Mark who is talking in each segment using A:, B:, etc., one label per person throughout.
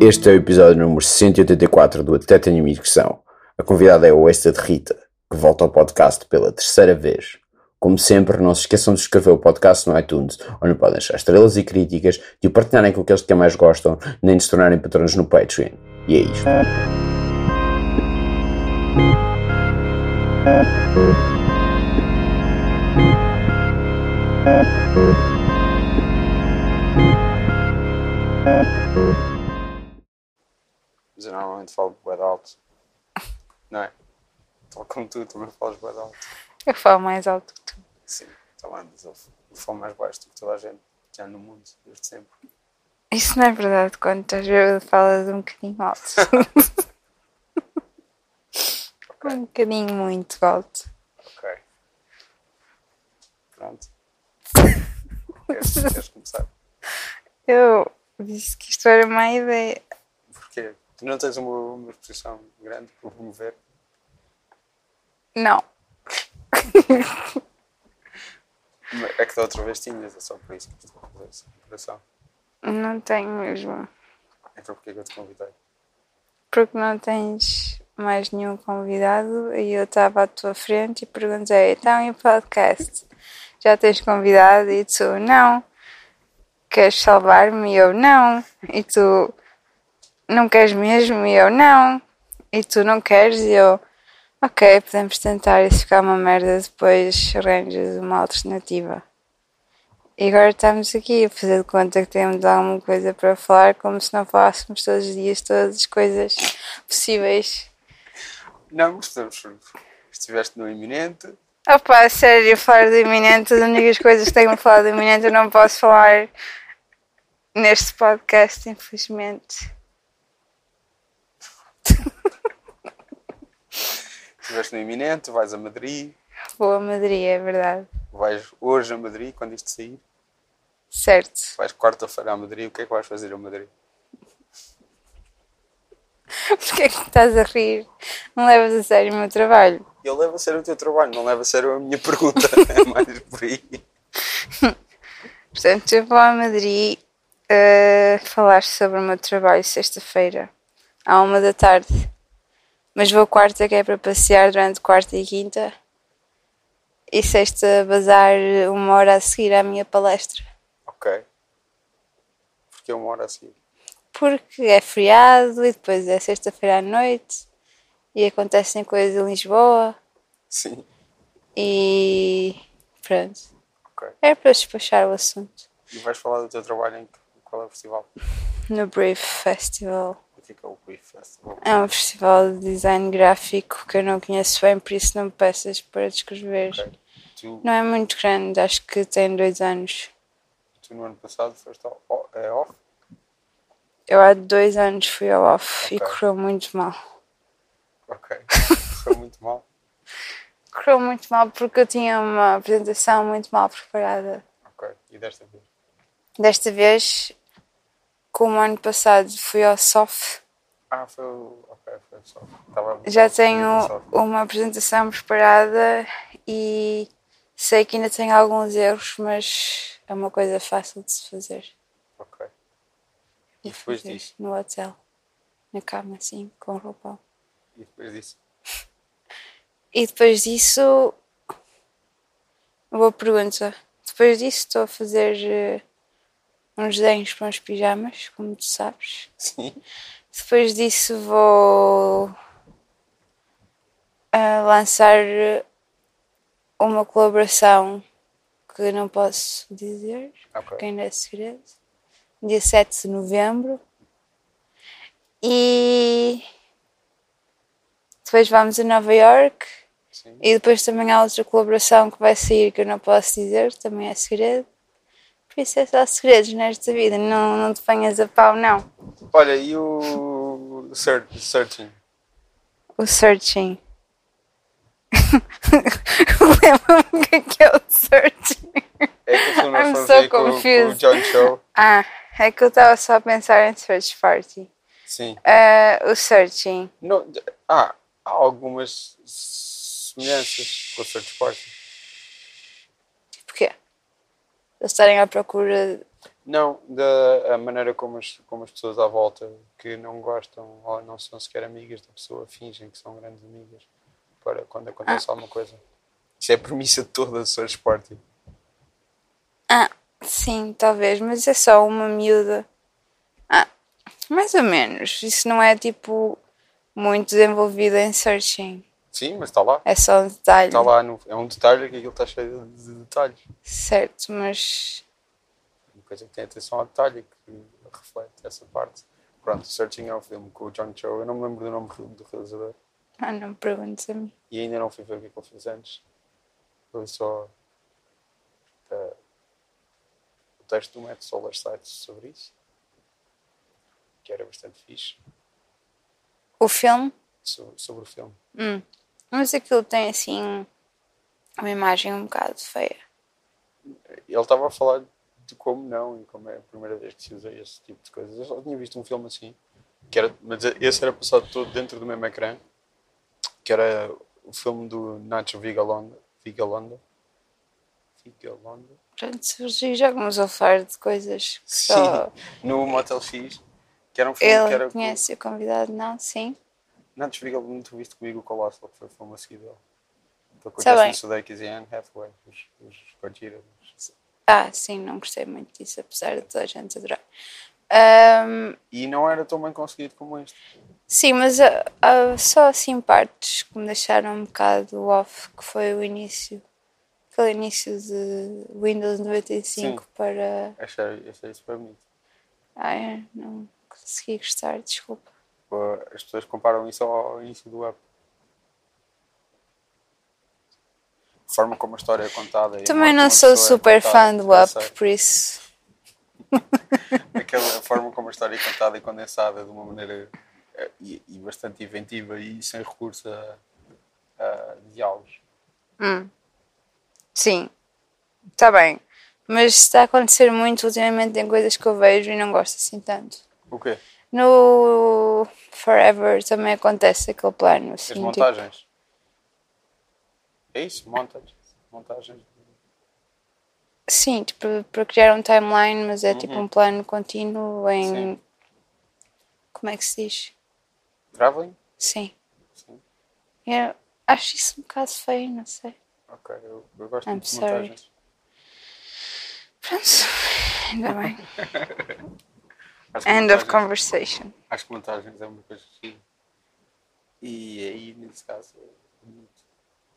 A: Este é o episódio número 184 do Até Tenho Migração. A convidada é o Esta de Rita, que volta ao podcast pela terceira vez. Como sempre, não se esqueçam de escrever o podcast no iTunes, onde podem deixar estrelas e críticas, de o partilharem com aqueles que mais gostam, nem de se tornarem patronos no Patreon. E é isto.
B: Mas eu normalmente falo bué de alto. Não é? Tal como tu também falas bué de alto.
C: Eu falo mais alto que tu.
B: Sim, está bem, mas eu f- eu falo mais baixo do que toda a gente, já no mundo, desde sempre.
C: Isso não é verdade, quando estás bêbado falas um bocadinho alto. um bocadinho muito alto.
B: Ok. Pronto. queres, queres começar?
C: Eu disse que isto era má ideia.
B: Porquê? Tu não tens uma, uma exposição grande para promover?
C: Não,
B: É que da outra vez tinhas, é só por isso que eu estou a fazer essa comparação.
C: não tenho mesmo.
B: Então porquê que eu te convidei?
C: Porque não tens mais nenhum convidado e eu estava à tua frente e perguntei, então e o podcast? Já tens convidado? E tu, não. Queres salvar-me? E eu, não. E tu, não queres mesmo? E eu, não. E tu, não queres? E eu, ok, podemos tentar e se ficar uma merda depois arranjas uma alternativa. E agora estamos aqui a fazer de conta que temos alguma coisa para falar, como se não falássemos todos os dias todas as coisas possíveis.
B: Não, mas podemos. Estiveste no iminente.
C: Opa, sério, falar do iminente, as únicas coisas que tenho a falar do iminente eu não posso falar neste podcast, infelizmente.
B: Estiveste no iminente, vais a Madrid.
C: Vou a Madrid, é verdade.
B: Vais hoje a Madrid, quando isto sair.
C: Certo.
B: Vais quarta-feira a Madrid, o que é que vais fazer a Madrid?
C: Porquê é que estás a rir? Não levas a sério o meu trabalho.
B: Eu levo a sério o teu trabalho, não levo a sério a minha pergunta. É mais por aí.
C: Portanto, eu vou a Madrid eh, falar sobre o meu trabalho sexta-feira, à uma da tarde. Mas vou quarta, que é para passear durante quarta e quinta. E sexta, bazar uma hora a seguir à minha palestra.
B: Ok. Porque eu moro assim.
C: Porque é feriado e depois é sexta-feira à noite e acontecem coisas em Lisboa
B: Sim.
C: e. pronto.
B: Ok.
C: Era para despachar o assunto.
B: E vais falar do teu trabalho em que- qual é o festival?
C: No Brave Festival.
B: O que é que é o Quiff Festival?
C: É um festival de design gráfico que eu não conheço bem, por isso não me peças para descrever.
B: Ok. Tu,
C: Não é muito grande, acho que tem dois anos.
B: tu no ano passado foste ao, ao- é off?
C: Eu há dois anos fui ao off e
B: Ok.
C: correu muito mal.
B: Ok. Foi muito mal.
C: Correu muito mal porque eu tinha uma apresentação muito mal preparada.
B: Ok. E desta vez?
C: Desta vez, como ano passado fui ao SOF,
B: Ah, foi o. Ok, foi só. Estava
C: já
B: estava
C: tenho
B: só.
C: uma apresentação preparada e sei que ainda tenho alguns erros, mas é uma coisa fácil de se fazer.
B: Ok.
C: E
B: depois
C: fazer
B: disso?
C: No hotel. Na cama, assim, com roupão.
B: E depois disso?
C: E depois disso. Boa pergunta. Depois disso, estou a fazer eh, uns desenhos para uns pijamas, como tu sabes.
B: Sim.
C: Depois disso, vou. eh, lançar eh, uma colaboração que não posso dizer,
B: Ok.
C: porque ainda é segredo. Dia 7 de novembro. E depois vamos a Nova York
B: Sim.
C: e depois também há outra colaboração que vai sair que eu não posso dizer, também é segredo. Por isso é só segredos nesta vida, não, não te ponhas a pau, não.
B: Olha, e o. Search, searching?
C: O searching. Lembra-me o que é que é o searching.
B: É que o filme
C: I'm
B: foi
C: so
B: ver com, com o
C: confused.
B: John Cho.
C: Ah, é que eu estava só a pensar em search party.
B: Sim.
C: Ah, o searching.
B: Não, ah, há algumas semelhanças com o Search Party.
C: Porquê? Eles estarem à procura
B: Não, da a maneira como as, como as pessoas à volta que não gostam ou não são sequer amigas da pessoa fingem que são grandes amigas para quando acontece alguma coisa. Isso é a premissa toda do Sr. Sporting.
C: Ah, sim, talvez, mas é só uma miúda. Ah, mais ou menos. Isso não é tipo muito desenvolvido em searching.
B: Sim, mas está lá.
C: É só um detalhe.
B: Está lá, no, é um detalhe que aquilo está cheio de- de detalhes.
C: Certo, mas.
B: Uma coisa um que tem atenção ao detalhe que reflete essa parte. Pronto, Searching é um filme com o John Cho. Eu não me lembro do nome do realizador
C: Ah, não me perguntes a mim.
B: e ainda não fui ver o que é que ele fez antes. Eu li só eh, o texto do Matt Solar Sites sobre isso, que era bastante fixe,
C: O filme,
B: so- sobre o filme.
C: mas aquilo tem assim. Uma imagem um bocado feia.
B: ele estava a falar de como não e como é a primeira vez que se usa esse tipo de coisas. Eu só tinha visto um filme assim, que era, mas esse era passado todo dentro do mesmo ecrã, que era o filme do Nacho Vigalonda. Vigalonda? Vigalonda?
C: Portanto, surgiu já alguns ofertas de coisas que só
B: No Motel X, que era um filme que
C: ele
B: era.
C: conhece o convidado, não? Sim.
B: Com, Nacho Vigalonda, tu viste comigo o Colossal, que foi o filme a seguir dele. Então, com
C: Tá
B: Jason
C: bem.
B: Sudeikis e Anne Hathaway, os, os Gojira.
C: Ah, sim, não gostei muito disso, apesar de toda a gente adorar. Ahm,
B: E não era tão bem conseguido como este.
C: Sim, mas ah, ah, só assim partes que me deixaram um bocado off, que foi o início, aquele início de Windows 95
B: Sim.
C: para.
B: Achei, achei super bonito.
C: Ai, não consegui gostar, desculpa.
B: Pô, Tipo, As pessoas comparam isso ao início do app. A forma como a história é contada. e a
C: Também
B: forma como
C: não
B: a
C: sou
B: pessoa é
C: super
B: contada,
C: fã do
B: eu
C: Up,
B: sei.
C: por isso.
B: Aquela forma como a história é contada e condensada de uma maneira eh, e, e bastante inventiva e sem recurso a, a diálogos.
C: Sim, está bem. Mas está a acontecer muito ultimamente em coisas que eu vejo e não gosto assim tanto.
B: O quê?
C: No Forever também acontece aquele plano. Assim,
B: As
C: tipo-
B: montagens? É isso, montagens. Montagens.
C: Sim, tipo, para criar um timeline, mas é tipo um plano contínuo em.
B: Uhum. Sim.
C: Como é que se diz?
B: Traveling?
C: Sim.
B: Sim.
C: Eu acho isso um bocado feio, não sei.
B: Ok, eu, eu gosto
C: I'm
B: muito de
C: sorry.
B: montagens.
C: Pronto, ainda bem.
B: Acho que
C: End
B: montagens-
C: of conversation.
B: Acho que montagens é uma coisa gira. E aí, nesse caso, é bonito.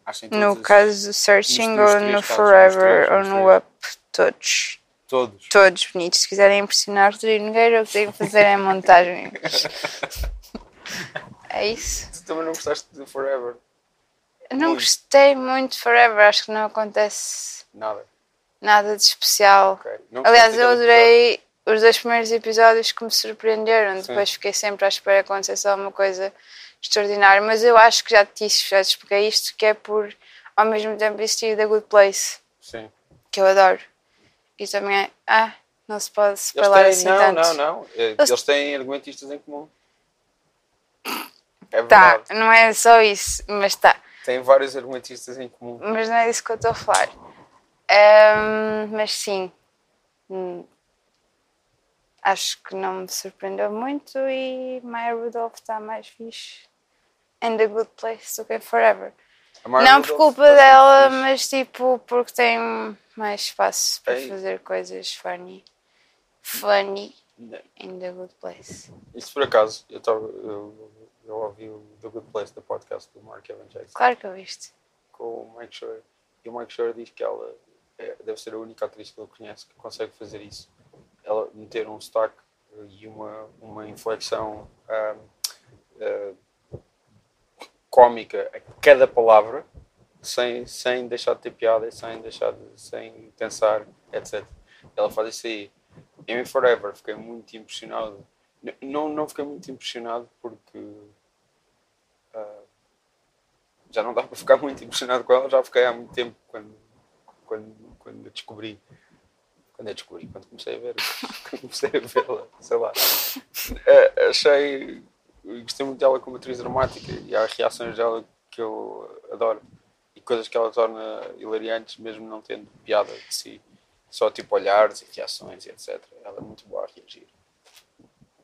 B: Acho que em
C: No
B: todos,
C: caso do Searching
B: nos
C: ou
B: três
C: no
B: casos, nos
C: Forever
B: três,
C: ou
B: nos
C: no
B: três.
C: Up, todos.
B: todos.
C: Todos bonitos. Se quiserem impressionar o Rodrigo Nogueira, o que têm que fazer é montagens. é isso.
B: Tu também não gostaste de Forever?
C: Eu não
B: Muito.
C: gostei muito de Forever. Acho que não acontece
B: Nada.
C: nada de especial.
B: Ok. Não
C: Aliás,
B: gostaste
C: eu
B: daquele
C: adorei os dois primeiros episódios que me surpreenderam.
B: Sim.
C: Depois fiquei sempre à espera que acontecesse alguma coisa extraordinária. Mas eu acho que já te disse, já te expliquei isto, que é por ao mesmo tempo existir The Good Place,
B: episódio. Sim.
C: que eu adoro. E também é, ah, não se pode
B: Eles
C: separar
B: têm,
C: assim
B: não,
C: tanto.
B: não, não. É, Eles... têm argumentistas em comum. É
C: Tá,
B: verdade.
C: não é só isso, mas tá.
B: Têm vários argumentistas em comum.
C: Mas não é disso que eu estou a falar. Ahm, mas sim. Hum. Acho que não me surpreendeu muito e Maya Rudolph está mais fixe in the good place do que forever.
B: A Maya
C: não
B: Rudolph
C: por culpa
B: está
C: dela,
B: sempre
C: mas tipo porque tem mais espaço para
B: Ei.
C: fazer coisas funny. Funny
B: fixe.
C: in the good place.
B: Isso por acaso, eu, tava, eu, eu ouvi o The Good Place, do podcast do Mark Evan Jackson.
C: Claro que eu viste.
B: com o Mike Shore. E o Mike Shore diz que ela é, deve ser a única atriz que ele conhece que consegue fazer isso. Ela meter um sotaque eh, e uma, uma inflexão ah, eh, cómica a cada palavra, sem, sem deixar de ter piada, sem deixar de, sem pensar, etc. Ela faz isso aí. Eu em Forever fiquei muito impressionado. N- Não, não fiquei muito impressionado porque já não dá para ficar muito impressionado com ela, já fiquei há muito tempo quando, quando, quando a descobri. Quando a descobri, quando comecei a ver, quando comecei a vê-la, sei lá. Eh, Achei. Gostei muito dela como atriz dramática e há reações dela que eu adoro e coisas que ela torna hilariantes, mesmo não tendo piada de si. Só tipo olhares e reações e etc. Ela é muito boa a reagir.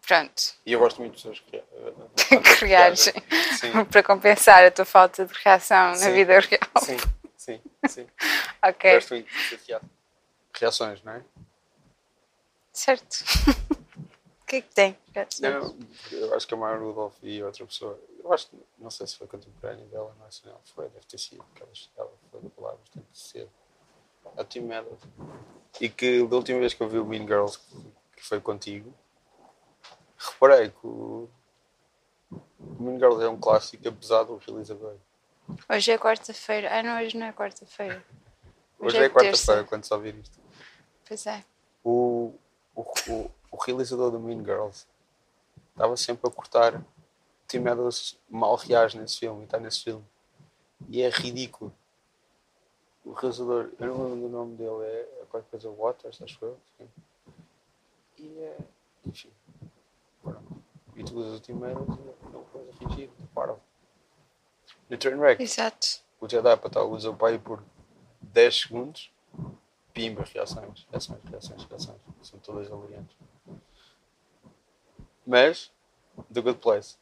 C: Pronto,
B: E eu gosto muito de pessoas que, eh,
C: que reagem
B: Sim,
C: para compensar a tua falta de reação na
B: Sim.
C: vida real.
B: sim, sim, sim.
C: Ok,
B: Gosto muito de ser reação. Reações, não é?
C: certo. O que é que tem?
B: Eu, eu acho que a Maya Rudolph e outra pessoa, eu acho que, não sei se foi contemporânea dela, não é se não foi, deve ter sido, porque ela, ela foi do Polar bastante cedo. A Tim Meadows. E que da última vez que eu vi o Mean Girls, que foi contigo, reparei que o, o Mean Girls é um clássico, apesar do realizador.
C: Hoje é quarta-feira. Ah, não, hoje não é quarta-feira.
B: Hoje é quarta-feira, quando só ouvir isto.
C: Pois é.
B: o, o, o, o realizador do Mean Girls estava sempre a cortar. Tim Meadows mal reage nesse filme, está nesse filme. E é ridículo. O realizador, eu não lembro do nome dele, é qualquer coisa Waters, acho eu. Sim. E é. Enfim. Bora. E tu usas o Tim Meadows e não coisa fingir, para. No Trainwreck,
C: Exato.
B: o Jedi Patal usa o pai por 10 segundos. Pimba, reações, reações, reações, reações. São todas aliantes. Mas, The Good Place.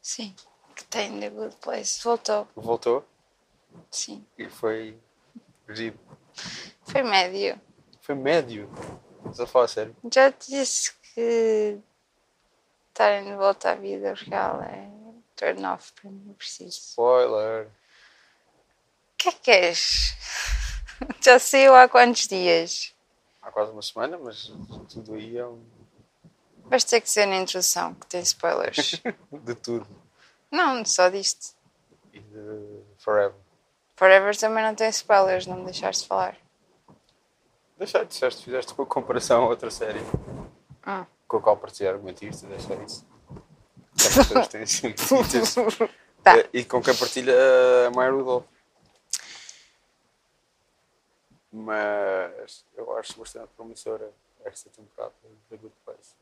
C: Sim. Que tem The Good Place. Voltou.
B: Voltou
C: Sim.
B: e foi. giro.
C: Foi médio.
B: Foi médio. Estás a falar sério?
C: Já te disse que estarem de volta à vida real é turn off para mim. eu Preciso.
B: Spoiler.
C: O que é que és? Já saiu há quantos dias?
B: Há quase uma semana, mas tudo aí é um.
C: Vais ter que ser na introdução, que tem spoilers.
B: de tudo.
C: não, só disto.
B: E de Forever.
C: Forever também não tem spoilers, não me deixaste falar.
B: Deixar, disseste, fizeste uma comparação a outra série.
C: Ah.
B: Com a qual partilhei argumentista, deixa isso. As pessoas têm sido distintas.
C: Tá.
B: Eh, E com quem partilha a Maya Rudolph. Mas eu acho bastante promissora esta temporada da Good Place.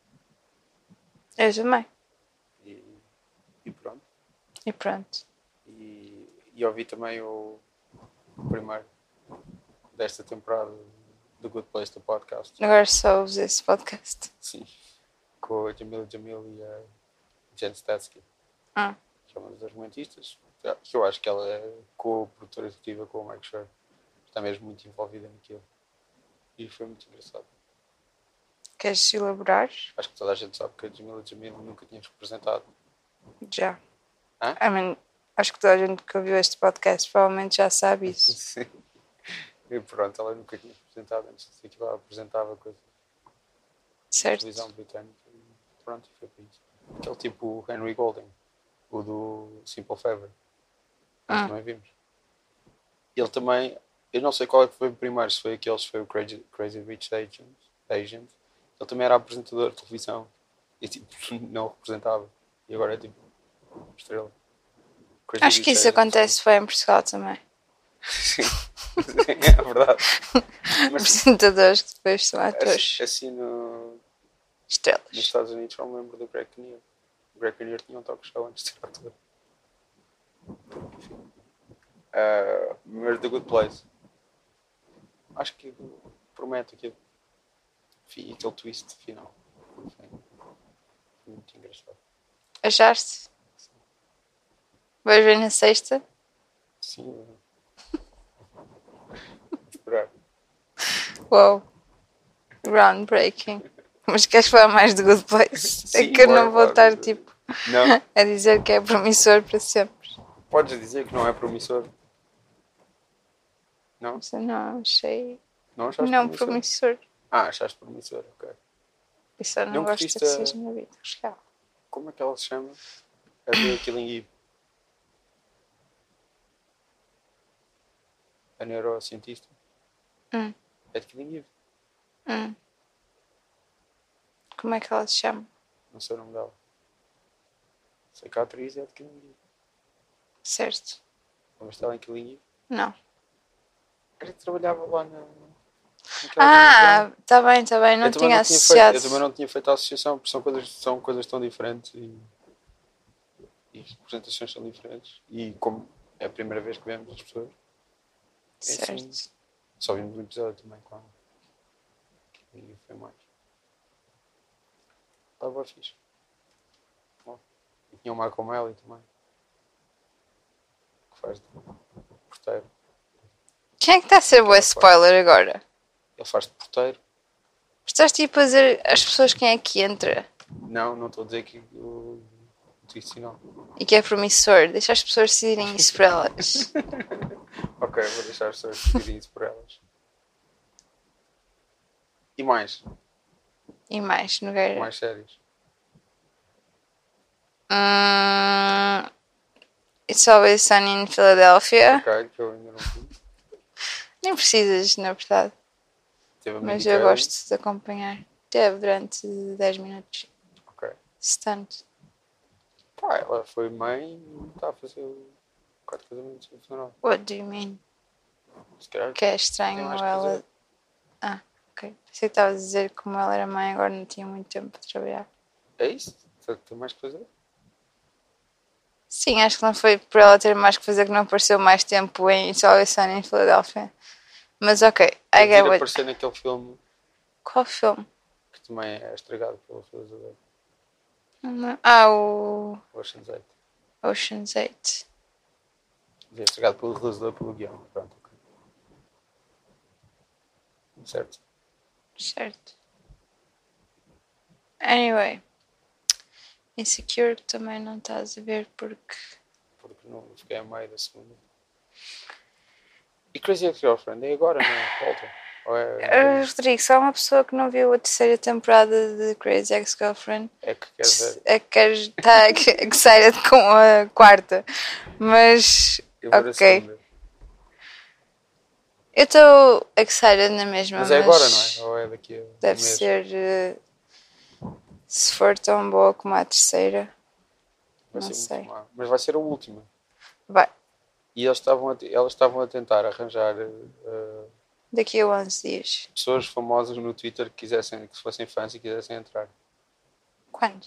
C: Eu também.
B: E, e pronto.
C: E pronto.
B: E, e ouvi também o primeiro desta temporada do Good Place do podcast.
C: Agora só ouves esse podcast.
B: Sim. Com a Jamila Jamil e a Jen Statsky.
C: Ah.
B: Que é uma das argumentistas. Que eu acho que ela é co-produtora executiva com o Mike Schur. Está mesmo muito envolvida naquilo. E foi muito engraçado.
C: Queres elaborar?
B: Acho que toda a gente sabe que a Jamila Jamil nunca tinha representado.
C: Já.
B: Hã?
C: I mean, acho que toda a gente que ouviu este podcast provavelmente já sabe isso.
B: Sim. E pronto, ela nunca tinha representado antes disso. Aquilo ela apresentava coisas da
C: Certo?
B: televisão britânica. E pronto, foi para isso. Aquele tipo o Henry Golding. O do Simple Favor. Nós
C: Ah.
B: também vimos. Ele também, eu não sei qual é que foi o primeiro, se foi aquele, se foi o Crazy, Crazy Rich Agent, Agent. Ele também era apresentador de televisão e tipo, não o representava. E agora é tipo, estrela. Crazy
C: Acho
B: Rich
C: que isso
B: Asians.
C: acontece foi em Portugal também.
B: Sim, é verdade. Mas
C: Apresentadores que depois são atores.
B: assim, assim no, nos
C: Estrelas.
B: Estados Unidos, eu me lembro do Greg Kinnear. O Greg Kinnear tinha um talk show antes de ser ator. Enfim. Ah, mas The Good Place. Acho que prometo aquilo. Enfim, aquele twist final. Enfim. Muito engraçado.
C: Achaste? Vais ver na sexta?
B: Sim. eu- Vou Esperar.
C: É Uou. Groundbreaking. Mas queres falar mais de Good Place?
B: Sim,
C: é que eu
B: bora,
C: não vou
B: bora.
C: estar tipo
B: uh, Não,
C: a dizer que é promissor para sempre.
B: podes dizer que não é promissor. Não?
C: Mas eu Não, achei.
B: Não achaste
C: Não
B: promissor?
C: promissor.
B: Ah, achaste promissor, ok.
C: Isso eu não,
B: Não
C: gosto de
B: curtiste a-
C: ser na vida real.
B: Como é que ela se chama? A do Killing Eve. A É neurocientista.
C: Hum.
B: É de Killing Eve.
C: Hum. Como é que ela se chama?
B: Não sei o nome dela. Sei que a atriz é de Killing Eve.
C: Certo?
B: Mas está lá em Killing Eve.
C: Não.
B: Ela trabalhava lá na... naquela
C: Ah,
B: televisão.
C: tá bem, tá bem. Não
B: Eu também
C: tinha
B: feito-
C: associado.
B: eu também não tinha feito a associação, porque são coisas, são coisas tão diferentes e, e as representações são diferentes. E como é a primeira vez que vemos as pessoas, é assim.
C: Certo.
B: Só vimos um episódio também com ela. E foi mais. Estava boa fixe. Bom. E tinha o Marco Melli também. Que faz de porteiro.
C: Quem é que está a ser boa spoiler agora?
B: Ele faz de porteiro.
C: Estás tipo a dizer às pessoas quem é que entra
B: Não, não estou a dizer que o disse não.
C: e que é promissor. Deixa as pessoas decidirem isso para elas.
B: Ok, vou deixar as pessoas decidirem isso por elas. E mais,
C: E mais, Nogueira.
B: mais séries.
C: Hum, it's always sunny in Philadelphia.
B: Ok, que eu ainda não vi.
C: Nem precisas, na verdade.
B: Teve a
C: Mas
B: Mindy
C: eu
B: Kaling.
C: gosto de acompanhar. Teve durante 10 minutos.
B: Ok.
C: Se tanto.
B: Pá, Ah, ela foi mãe e tá está a fazer o quatro casamentos no final.
C: What do you mean?
B: Se calhar
C: Que é
B: tem
C: estranho
B: mais que
C: ela.
B: fazer.
C: Ok. Pensei que estava a dizer que como ela era mãe, agora não tinha muito tempo para trabalhar.
B: É isso? Será que Tem mais que fazer?
C: Sim, acho que não foi por ela ter mais que fazer que não apareceu mais tempo em It's Always Sunny em Philadelphia. Mas ok, I
B: Tem
C: get
B: de
C: what.
B: aparecer naquele filme
C: Qual filme?
B: que também é estragado pela filosofia.
C: Não- Ah, o
B: Ocean's 8.
C: Ocean's 8.
B: É estragado pelo realizador, pelo guião. Pronto, ok. Certo.
C: Certo. Anyway. Insecure que também não estás a ver porque.
B: Porque não fiquei a meio da segunda. E Crazy Ex-Girlfriend é agora, não é? Volta. Ou
C: Ah,
B: é,
C: Rodrigo, só uma pessoa que não viu a terceira temporada de Crazy Ex-Girlfriend
B: é que quer dizer.
C: é que está excited com a quarta. Mas.
B: Eu vou ver a
C: Ok.
B: segunda.
C: Eu estou excited na mesma.
B: Mas é agora, não é? Ou é daqui a um
C: Deve
B: mês?
C: ser. eh, se for tão boa como a terceira.
B: Vai
C: não
B: ser muito
C: sei.
B: má. Mas vai ser a última.
C: Vai,
B: E eles estavam a, te- elas estavam a tentar arranjar eh,
C: daqui a 11 dias.
B: pessoas famosas no Twitter que quisessem, que fossem fãs e quisessem entrar.
C: Quando?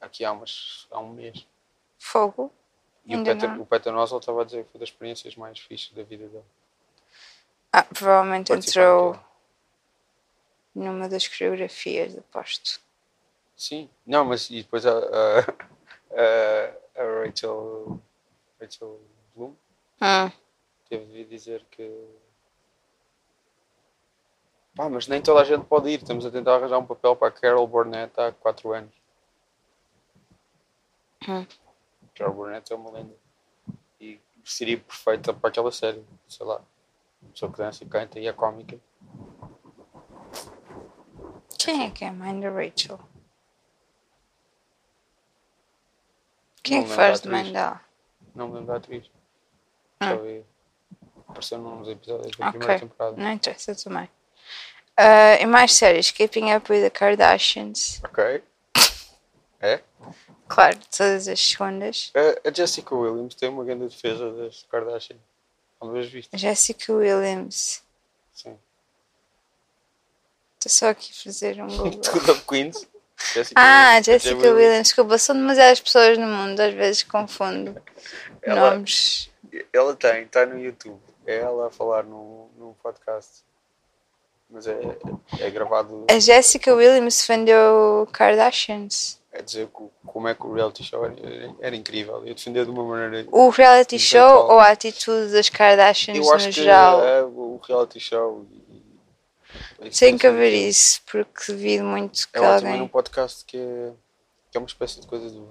B: Aqui há, umas, há um mês.
C: Fogo?
B: E o
C: Ainda
B: Peter,
C: não.
B: o Peter Nozzle estava a dizer que foi das experiências mais fixas da vida dele.
C: Ah, provavelmente
B: Participar
C: entrou
B: naquilo.
C: numa das coreografias, aposto.
B: Sim. Não, mas e depois a, a, a, a Rachel, Rachel Bloom
C: Hum.
B: teve de dizer que. Pá, mas nem toda a gente pode ir. Estamos a tentar arranjar um papel para a Carol Burnett há 4 anos.
C: Hum.
B: Carol Burnett é uma lenda. E seria perfeita para aquela série. Sei lá. Uma pessoa que dança e canta e é cómica.
C: Quem é que é a mãe da Rachel? Quem é
B: Não
C: que
B: lembro
C: faz
B: da
C: de mãe
B: atriz.
C: dela?
B: Não me lembro da atriz.
C: Ah.
B: Só vi. Apareceu nos episódios da
C: Ok. Hum.
B: primeira temporada.
C: Não interessa também. Ah, e mais séries, Keeping Up with the Kardashians.
B: Ok. É?
C: Claro, todas as segundas.
B: A- A Jessica Williams tem uma grande defesa das Kardashian. Uma vez visto.
C: Jessica Williams.
B: Sim.
C: Estou só aqui a fazer um Google.
B: Tudo of Queens. Jessica
C: Ah,
B: Williams,
C: Jessica
B: Jessica
C: Williams, desculpa, são demasiadas pessoas no mundo, às vezes confundo
B: Ela-
C: nomes.
B: Ela tem, está no YouTube. É ela a falar num, num podcast. Mas é, é gravado
C: A Jessica Williams defendeu Kardashians.
B: a dizer co- como é que o reality show era, era- era incrível. Eu defender de uma maneira.
C: O reality
B: Exato.
C: show ou a atitude das Kardashians
B: Eu acho
C: no
B: que
C: geral?
B: é o reality show. e- e-
C: Tem que haver isso, porque devido muito que
B: É ótimo, é
C: alguém.
B: num podcast que é, que é uma espécie de coisa do.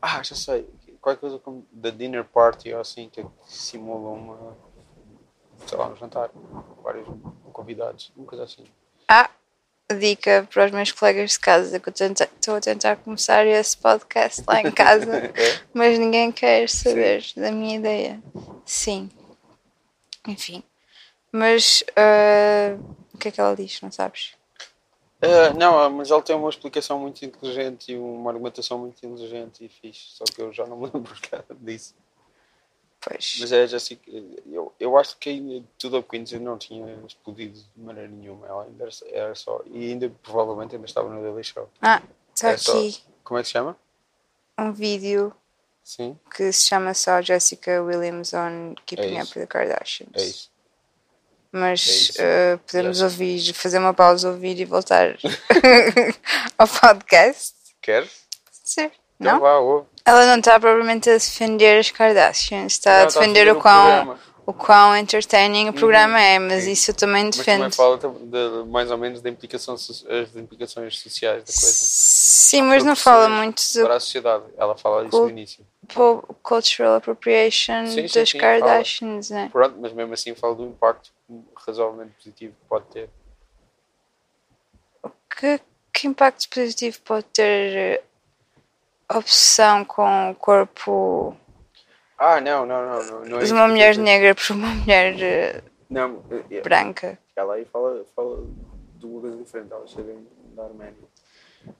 B: Ah, já sei. Qualquer coisa como da dinner party ou assim, que simula uma. sei lá, um jantar. com Vários convidados, uma coisa assim.
C: Ah, dica para os meus colegas de casa que eu tenta- estou a tentar começar esse podcast lá em casa,
B: É?
C: mas ninguém quer saber da minha ideia. Sim. Enfim. Mas ah, o que é que ela diz? Não sabes?
B: Ah, não, ah, mas ele tem uma explicação muito inteligente e uma argumentação muito inteligente e fixe, só que eu já não me lembro nada disso.
C: Pois.
B: Mas é Jessica, eu, eu acho que ainda tudo a Queens ainda não tinha explodido de maneira nenhuma. Ela ainda era, era só. E ainda provavelmente ainda estava no Daily Show.
C: Ah, está
B: é só-
C: aqui
B: Como é que se chama?
C: um vídeo
B: Sim,
C: que se chama só Jessica Williams on Keeping
B: É
C: Up
B: isso.
C: with the Kardashians.
B: é isso.
C: mas
B: É
C: eh, podemos ouvir, fazer uma pausa, ouvir e voltar ao podcast.
B: Queres?
C: Sim,
B: Então
C: não?
B: vá, ouve.
C: Ela não está propriamente a defender as Kardashians, está a
B: Ela está a
C: defender
B: defender
C: o
B: o
C: quão,
B: tá programa. Uhum.
C: o quão entertaining o programa é, mas
B: Sim.
C: isso eu também
B: Mas
C: defendo.
B: também fala tam- de, mais ou menos da implicação, so- as implicações sociais da coisa.
C: Sim, mas não
B: Sobre
C: fala
B: pessoas
C: muito do
B: Para a sociedade. Ela fala isso
C: Cul-
B: no início.
C: pop- cultural appropriation
B: Sim, sim,
C: das
B: sim, fala.
C: Kardashians, né?
B: Pronto, mas mesmo assim fala do impacto razoavelmente positivo que pode ter.
C: Que, que impacto positivo pode ter eh, obsessão com o corpo
B: Ah, não, não, não. não, não é
C: de
B: isso
C: uma
B: que eu
C: mulher
B: quero dizer.
C: negra por uma mulher eh,
B: Não, é- é-
C: branca?
B: ela aí fala, fala de uma coisa diferente. Ela chega da Arménia.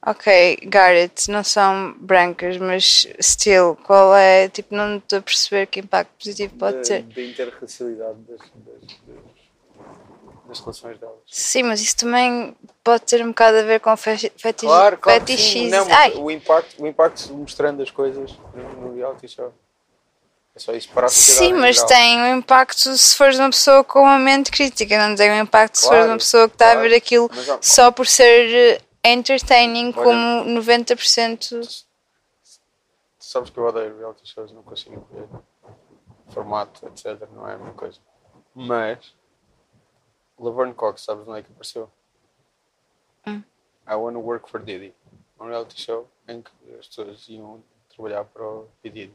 C: Ok, Garrett, não são brancas, mas still, qual é? Tipo, não estou a perceber que impacto positivo pode
B: da,
C: ter.
B: Da interracialidade das, das, das- das relações delas.
C: Sim, mas isso também pode ter um bocado a ver com feti fetiche-
B: que sim.
C: fetichismo.
B: Não, mas
C: Ai,
B: o impacto, o impacto mostrando as coisas no, no reality show. É só isso para a sociedade.
C: Sim,
B: em
C: mas
B: geral.
C: tem um impacto se fores uma pessoa com uma mente crítica, não tem um impacto se fores
B: Claro,
C: uma pessoa que está a
B: claro.
C: ver aquilo
B: Mas, ó,
C: só por ser eh, entertaining,
B: Olha.
C: como 90%.
B: tu sabes que eu odeio reality shows, não consigo ver formato, etc. Não é a minha coisa. Mas Laverne Cox, sabes onde é que apareceu?
C: Hum.
B: I Wanna Work for Diddy. Um reality show em que as pessoas iam trabalhar para o P. Diddy.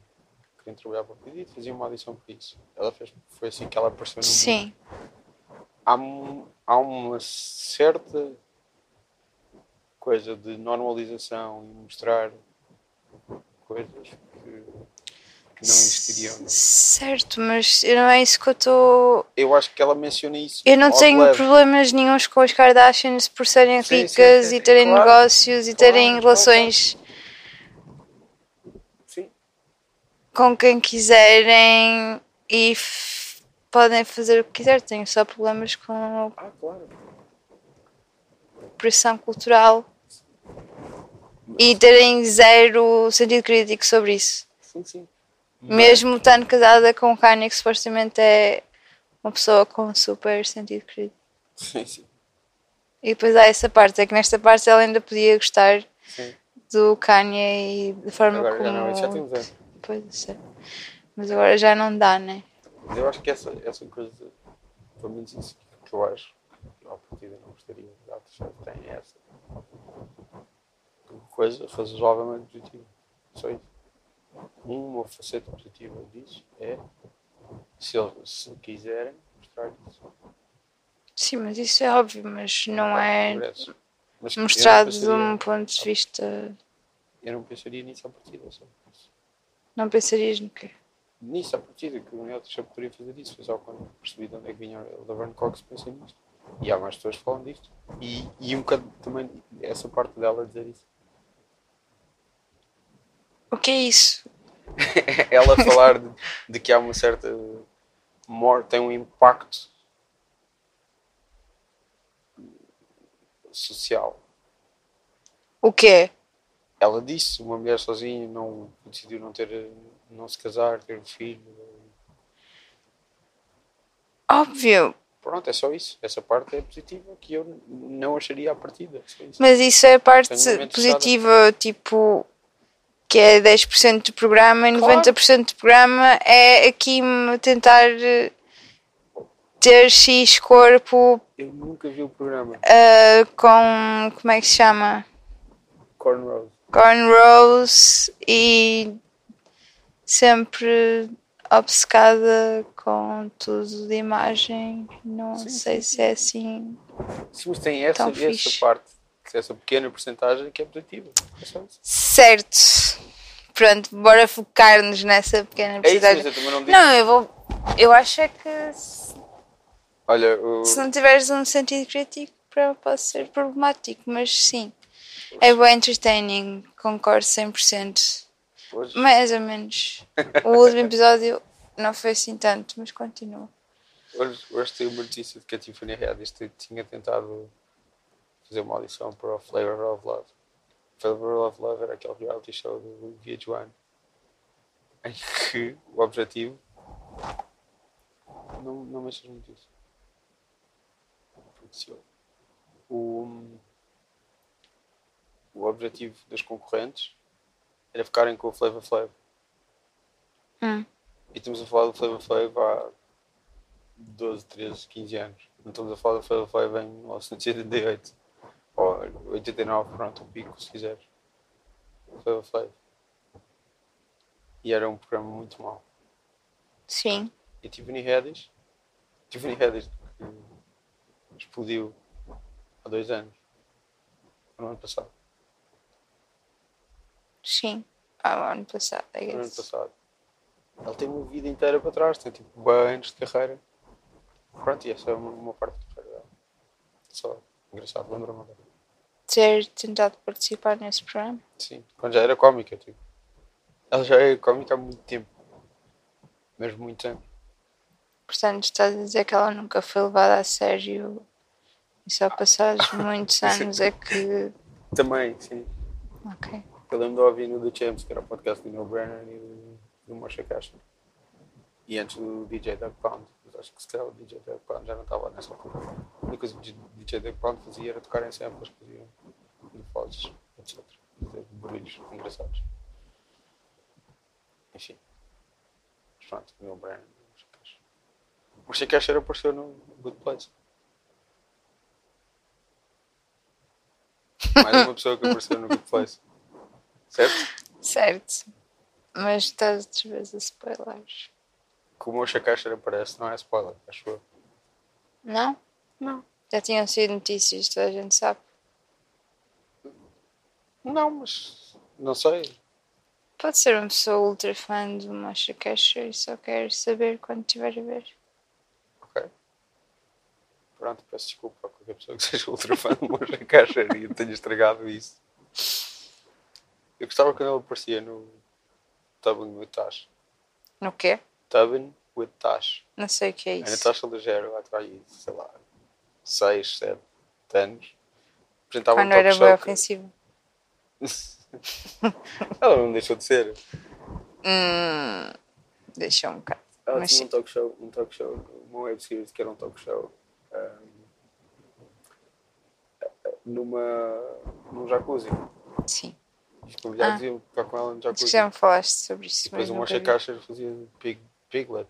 B: Queriam trabalhar para o P. Diddy e faziam uma audição para isso. Ela fez, foi assim que ela apareceu no mundo.
C: Sim,
B: Há, um- há uma certa coisa de normalização e mostrar coisas que, que não existiriam. não é?
C: certo, mas eu não é isso que eu estou.
B: Eu acho que ela menciona isso.
C: Eu não
B: ao
C: tenho
B: leve.
C: problemas nenhums com as Kardashians por serem
B: Sim, sim,
C: ricas
B: sim,
C: e
B: sim,
C: terem
B: claro.
C: negócios e
B: Claro,
C: terem
B: claro,
C: relações
B: Sim.
C: com quem quiserem e f- podem fazer o que quiser. Tenho só problemas com a
B: Ah, claro.
C: pressão cultural e terem zero sentido crítico sobre isso.
B: Sim, sim.
C: Mesmo estando casada com o Kanye, que supostamente é uma pessoa com super sentido crítico.
B: Sim, sim.
C: E depois há essa parte, é que nesta parte ela ainda podia gostar
B: Sim.
C: do Kanye e da forma
B: Agora já não, isso já
C: como.
B: temos é. anos.
C: Pois, eu sei. Mas agora já não dá, né?
B: Mas eu acho que essa, essa coisa, pelo menos isso que eu acho, que ao partida não gostaria de alto já tem essa. Coisa razoavelmente positiva. é Só isso. Uma faceta positiva disso é, se eles se quiserem, mostrar isso.
C: Sim, mas isso é óbvio, mas não é
B: Progresso. Mas eu não
C: mostrado de
B: pensaria-
C: um ponto de vista.
B: Eu não pensaria nisso à partida, só.
C: Não pensarias no quê?
B: Nisso à partida, que o Neil Trump poderia fazer isso, foi só quando percebi de onde é que vinha o Laverne Cox, pensei nisto. E há mais pessoas que falam disto. E, e um bocado também essa parte dela dizer isso.
C: O que é isso?
B: Ela falar de, de que há uma certa morte, tem um impacto social.
C: O quê?
B: Ela disse, uma mulher sozinha não decidiu não ter, não se casar, ter um filho,
C: Óbvio,
B: Pronto, é só isso. Essa parte é positiva que eu n- não acharia à partida. Só isso.
C: mas isso é a parte
B: Tenho um momento
C: positiva, tipo, que é 10% do programa e
B: Claro.
C: 90% do programa é aqui me tentar eh, ter X corpo
B: Eu nunca vi o programa
C: eh, com, como é que se chama?
B: Cornrows.
C: Cornrows e sempre obcecada com tudo de imagem. Não
B: Sim,
C: sei se é assim.
B: Sim, mas tem essa,
C: Tão fixe.
B: essa parte, essa pequena porcentagem que é positiva. É só isso.
C: Certo. Pronto, bora focar-nos nessa pequena
B: É isso, mas
C: porcentagem.
B: eu também não digo.
C: Não, eu vou. Eu acho é que se
B: Olha, o,
C: se não tiveres um sentido crítico, pra- pode ser problemático, mas sim. É bom entertaining, concordo 100%.
B: hoje,
C: Mais ou menos. O último episódio não foi assim tanto, mas continua.
B: hoje, hoje tem uma notícia de que a Tiffany Haddish t- tinha tentado fazer uma audição para o Flavor of Love. Flavor of Love era aquele reality show do VH1 em que o objetivo. Não, não mexas muito isso. aconteceu. O, o objetivo dos concorrentes era ficarem com o Flavor Flav.
C: Hum.
B: E estamos a falar do Flavor Flav há 12, 13, 15 anos. Não estamos a falar do Flavor Flav em 1988. Ou 89, pronto, o pico, se quiseres. O Flavor Flav. E era um programa muito mau.
C: Sim.
B: E Tiffany Haddish, Tiffany Haddish que explodiu há dois anos, no ano passado.
C: Sim. Ah, ano passado, I
B: No ano
C: guess.
B: passado. Ele tem uma vida inteira para trás, tem tipo bem anos de carreira. Pronto, e essa é uma, uma parte da carreira dela. Só engraçado, lembra-me agora.
C: Ter tentado participar nesse programa.
B: Sim, quando já era cómica, tipo. Ela já é cómica há muito tempo. Mesmo muito tempo.
C: Portanto, estás a dizer que ela nunca foi levada a sério e só passados muitos anos é que.
B: Também, sim.
C: Ok.
B: Eu lembro de ouvir no The Champs, que era o podcast do Neil Brennan e do, do Moshe Castro. E antes do DJ Doug Pound. Mas acho que se calhar o DJ Doug Pound já não estava nessa altura. A única coisa que o DJ Doug Pound fazia era tocar em samples que faziam de vozes, etc. Fazer barulhos engraçados. Enfim. Mas pronto, o Neil Brennan e o Moshe Castro. O Moshe Castro era apareceu no Good Place. Mais uma pessoa que apareceu no Good Place. Certo?
C: Certo. Mas estás outra vez a spoilers.
B: que o Moshe Kasher aparece, não é spoiler, acho eu.
C: Não? Não. Já tinham sido notícias, toda a gente sabe.
B: Não, mas não sei.
C: Pode ser uma pessoa ultra fã do Masha Casher e só quer saber quando tiver a ver.
B: Ok. Pronto, peço desculpa a qualquer pessoa que seja ultra fã do Moshe Kasher e eu tenha estragado isso. Eu gostava quando ele aparecia no Tubbing with Tash.
C: No quê?
B: Tubbing with Tash.
C: Não sei o que é
B: tá A
C: isso.
B: Natasha Ligeiro, lá atrás, sei lá, 6, 7 anos. Apresentava
C: Quando
B: um
C: era
B: talk
C: bem
B: show que-
C: ofensivo.
B: Ela não deixou de ser.
C: Hum, deixa um bocado.
B: Ela
C: Mas
B: tinha
C: sim.
B: um talk show, um talk show, uma web series que era um talk show ahm, numa, num jacuzzi.
C: Sim.
B: Os convidados
C: Ah.
B: iam tocar com ela no
C: Tu
B: jacuzzi.
C: já me falaste sobre
B: E
C: isso. é
B: depois
C: Mas
B: o
C: nunca
B: Moshe
C: vi.
B: Kasher fazia pig, Piglet,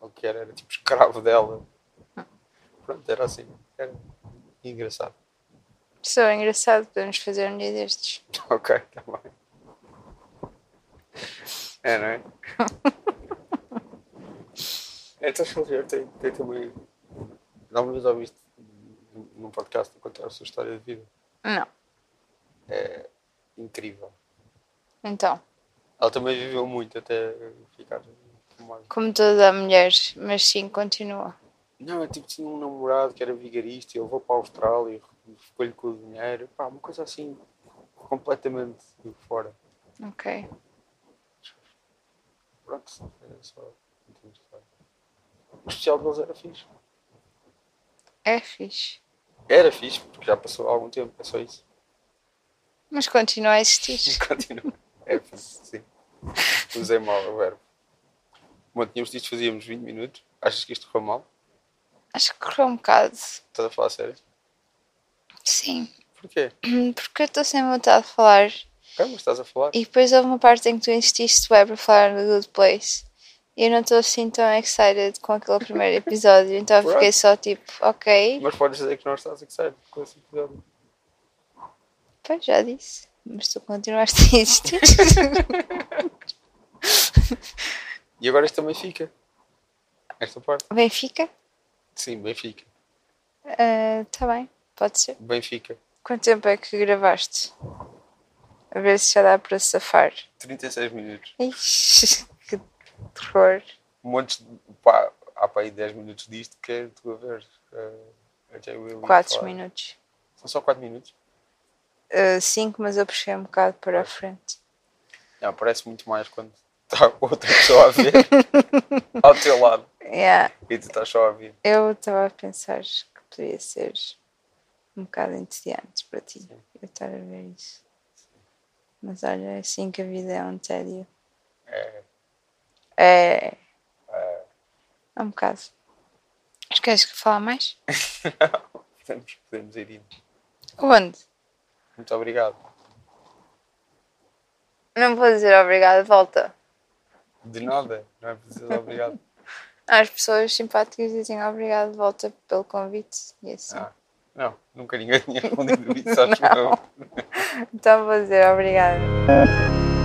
B: ou que era, era tipo escravo dela.
C: Ah.
B: Pronto, era assim. Era engraçado.
C: Pessoal, é engraçado, podemos fazer um dia destes.
B: Ok, tá bem. É, não é? então, Xavier, tem, tem também. Alguma vez ouviste num- num podcast a contar a sua história de vida?
C: Não.
B: É incrível.
C: Então,
B: Ela também viveu muito até ficar famosa.
C: como toda a mulher, mas sim, continua.
B: Não, eu tipo, tinha um namorado que era vigarista e eu vou para a Austrália e recolho com o dinheiro. Pá, uma coisa assim completamente fora.
C: Ok.
B: Pronto, era só. O especial deles era fixe.
C: É fixe.
B: Era fixe, porque já passou há algum tempo, é só isso.
C: Mas continua a existir.
B: E continua. É fixe, sim. Usei mal o verbo. Bom, tínhamos dito que fazíamos 20 minutos. Achas que isto correu mal?
C: Acho que correu um bocado.
B: Estás a falar sério?
C: Sim.
B: Porquê?
C: Porque eu estou sem vontade de falar.
B: Ok, mas estás a falar?
C: E depois houve uma parte em que tu insististe bem para falar do Good Place. E eu não estou assim tão excited com aquele primeiro episódio. Então eu fiquei só tipo, ok.
B: Mas podes dizer que não estás excited com esse episódio.
C: Pois já disse. Mas tu continuaste a insistir.
B: E agora isto também fica. Esta parte?
C: Benfica?
B: Sim, Benfica.
C: Está bem. Pode ser.
B: Benfica.
C: Quanto tempo é que gravaste? A ver se já dá para safar.
B: 36 minutos.
C: Ixi, que terror.
B: Montes de. Pá, há para aí 10 minutos disto que é tu a ver. eh, a Jay Will e a
C: 4
B: falar.
C: minutos.
B: São só 4 minutos?
C: 5, Eh, mas eu puxei um bocado para a frente.
B: Não, parece muito mais quando está outra pessoa a ver ao teu lado
C: Yeah,
B: e tu estás só a ouvir.
C: eu estava a pensar que poderia ser um bocado entediante para ti. Eu estar a ver isso. Mas olha, é assim que a vida é um tédio.
B: É,
C: É. É um bocado. Mas queres falar mais?
B: Podemos, podemos ir indo.
C: Onde?
B: Muito obrigado.
C: Não vou dizer obrigado, volta.
B: De nada, não é preciso obrigado.
C: As pessoas simpáticas dizem obrigado, volta pelo convite. E assim.
B: Ah, não, nunca ninguém tinha respondido isso, acho que não.
C: Então vou dizer obrigado.